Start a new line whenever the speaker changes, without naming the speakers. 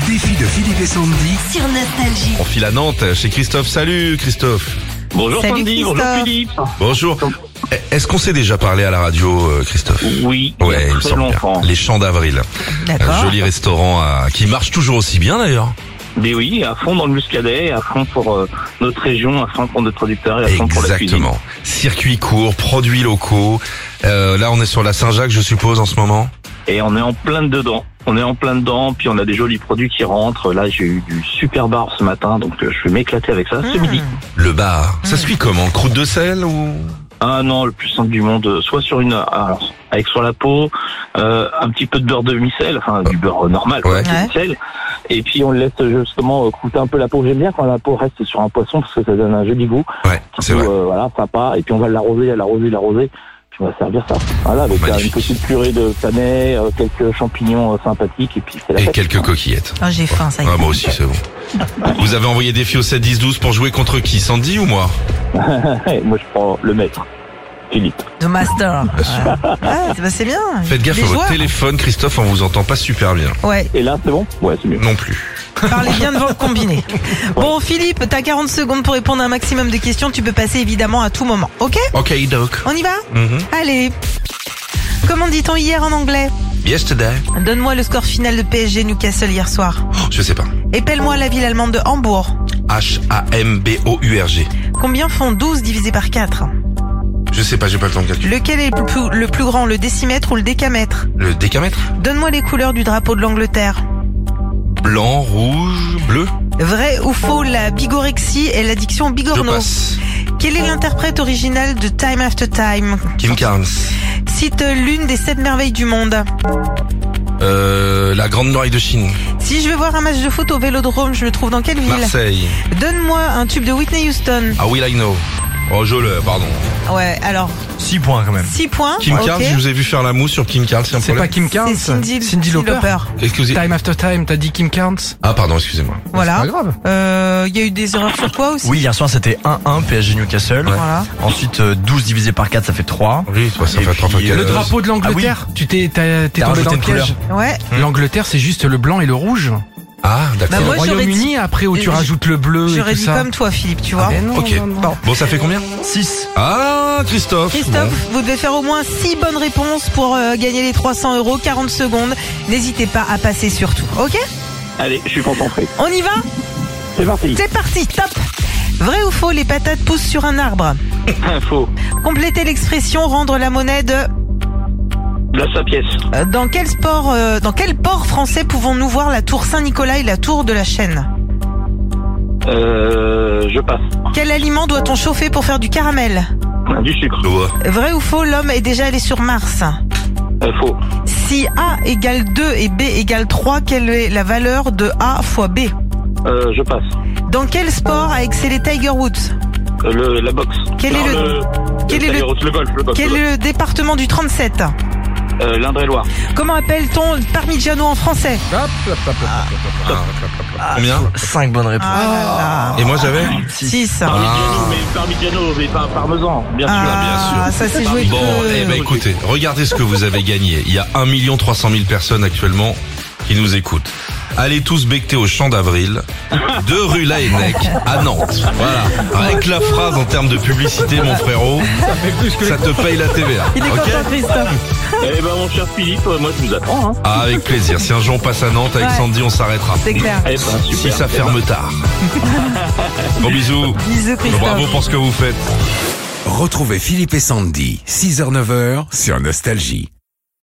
Philippe et Sandy.
sur Nostalgie.
On file à Nantes chez Christophe. Salut Christophe.
Bonjour
Salut,
Sandy,
Christophe.
bonjour Philippe.
Bonjour. Eh, Est-ce qu'on s'est déjà parlé à la radio, euh, Christophe
Oui, il y a
Ouais, il me
très
semble bien.
longtemps.
Les Champs d'Avril. Un
D'accord.
joli restaurant à- qui marche toujours aussi bien d'ailleurs.
Mais oui, à fond dans le Muscadet, à fond pour euh, notre région, à fond pour notre producteur et à fond pour la cuisine.
Exactement. Circuit court, produits locaux. Euh, là, on est sur la Saint-Jacques, je suppose, en ce moment.
Et on est en plein dedans. On est en plein dedans, puis on a des jolis produits qui rentrent. Là, j'ai eu du super bar ce matin, donc euh, je vais m'éclater avec ça
Ah.
ce midi.
Le bar. Ça se cuit comment Croûte de sel ou
Ah non, le plus simple du monde, euh, soit sur une, alors, avec sur la peau, euh, un petit peu de beurre de micelle, enfin du beurre euh, normal, quoi,
Ouais.
de
Ouais.
micelle. Et puis on le laisse euh, justement euh, croûter un peu la peau. J'aime bien quand la peau reste sur un poisson parce que ça donne un joli goût.
Ouais, c'est
Ou,
vrai.
euh, voilà, sympa. Et puis on va l'arroser, l'arroser, l'arroser. Puis on va servir ça. Voilà, avec euh,
Magnifique.
une petite purée de panais, euh, quelques champignons euh, sympathiques, et puis c'est la
Et
fête.
quelques coquillettes.
Oh, j'ai faim, ça y est.
Ah, moi aussi, c'est bon. Vous avez envoyé des filles au 7-10-12 pour jouer contre qui Sandy ou moi
Moi, je prends le maître, Philippe.
The Master. Ouais. Ouais, bah, c'est bien.
Faites gaffe
Des
à votre
joueurs.
téléphone, Christophe, on vous entend pas super bien.
Ouais,
Et là, c'est bon Ouais, c'est mieux.
Non plus.
parlez bien de vos combinés. Bon, Philippe, t'as 40 secondes pour répondre à un maximum de questions. Tu peux passer évidemment à tout moment. Ok
Ok, doc.
On y va
Mhm.
Allez. Comment dit-on hier en anglais
Yesterday.
Donne-moi le score final de PSG Newcastle hier soir.
Oh, je sais pas.
Épelle-moi la ville allemande de Hambourg.
H-A-M-B-O-U-R-G.
Combien font 12 divisé par 4
Je sais pas, j'ai pas le temps de calculer.
Lequel est le plus, le plus grand, le décimètre ou le décamètre
Le décamètre
Donne-moi les couleurs du drapeau de l'Angleterre.
Blanc, rouge, bleu.
Vrai ou faux, la bigorexie est l'addiction au
Je
bigorneau.
passe.
Quel est l'interprète original de Time After Time
Kim Carnes.
Cite l'une des sept merveilles du monde.
Euh, la Grande Muraille de Chine.
Si je vais voir un match de foot au Vélodrome, je me trouve dans quelle ville
Marseille.
Donne-moi un tube de Whitney Houston.
Ah oui, I know. Oh, je le, pardon.
Ouais, alors
6 points quand même.
6 points.
Kim
ok.
Carnes, je vous ai vu faire la mousse sur Kim Carnes, c'est un
C'est pas
problème.
Kim Carnes
C'est Cindy,
Cindy Lauper.
Excusez.
Time after time, t'as dit Kim Carnes
Ah, pardon, excusez-moi.
Voilà.
C'est pas grave.
Il y a eu des erreurs sur toi aussi.
Oui, hier soir c'était 1-1 PSG Newcastle.
Voilà.
Ensuite euh, 12 divisé par 4 ça fait 3.
Oui, ça
Et
fait trois
puis,
fois
euh, ah
Le
qu'elle-
drapeau de l'Angleterre, tu t'es t'as- t'es
T'as
tombé
rajouté
dans le
une couleur. Mmh.
piège.
Ouais.
L'Angleterre, c'est juste le blanc et le rouge.
Ah, d'accord.
Bah,
Le
moi, j'aurais dit-
Royaume-Uni, après où tu
euh,
rajoutes le bleu et
J'aurais
tout
dit
ça.
comme toi, Philippe, tu vois.
Ah, mais non,
Ok.
non, non.
Bon.
Bon, ça fait combien
6.
Ah, Christophe.
Christophe, vous devez faire au moins 6 bonnes réponses pour euh, gagner les 300 euros, 40 secondes. N'hésitez pas à passer surtout, ok
Allez, je suis concentré.
On y va
C'est parti.
C'est parti, top Vrai ou faux, les patates poussent sur un arbre
Info.
Complétez l'expression rendre la monnaie de...
La sa pièce.
Euh, Dans quel sport, euh, dans quel port français pouvons-nous voir la tour Saint-Nicolas et la tour de la Chaîne
Euh, je passe.
Quel aliment doit-on chauffer pour faire du caramel
Du sucre.
Bon. Ouais.
Vrai ou faux, l'homme est déjà allé sur Mars
Euh, faux.
Si A égale 2 et B égale 3, quelle est la valeur de A fois B
Euh, je passe.
Dans quel sport a excellé Tiger Woods
Euh, le, la boxe.
Quel est le- quel est le-
le golf, le boxe.
Quel
le
est le département du 37
boxe. Euh, L'Indre-et-Loire.
Comment appelle-t-on le Parmigiano en français
Combien
5 bonnes réponses.
Ah là là.
Et moi, j'avais
6.
Parmigiano, mais Parmigiano, mais pas parmesan, bien sûr.
Ah,
Ah. bien
ça s'est joué
Bon,
que-
eh ben écoutez, regardez ce que vous avez gagné. Il y a 1 300 000 personnes actuellement qui nous écoutent. Allez tous becter au Champ d'Avril, de rue Laennec, à Nantes. Voilà. Avec la phrase en termes de publicité, mon frérot, ça te paye la TVA.
Il est
ok
content, Christophe.
Eh ben, mon cher Philippe, moi, je vous attends. Hein.
Ah, avec plaisir. Si un jour on passe à Nantes avec
Ouais.
Sandy, on s'arrêtera.
C'est clair.
Eh ben, super.
Si ça ferme tard. Bon bisous.
Bisous, Christophe.
Bravo pour ce que vous faites.
Retrouvez Philippe et Sandy, 6h-9h sur Nostalgie.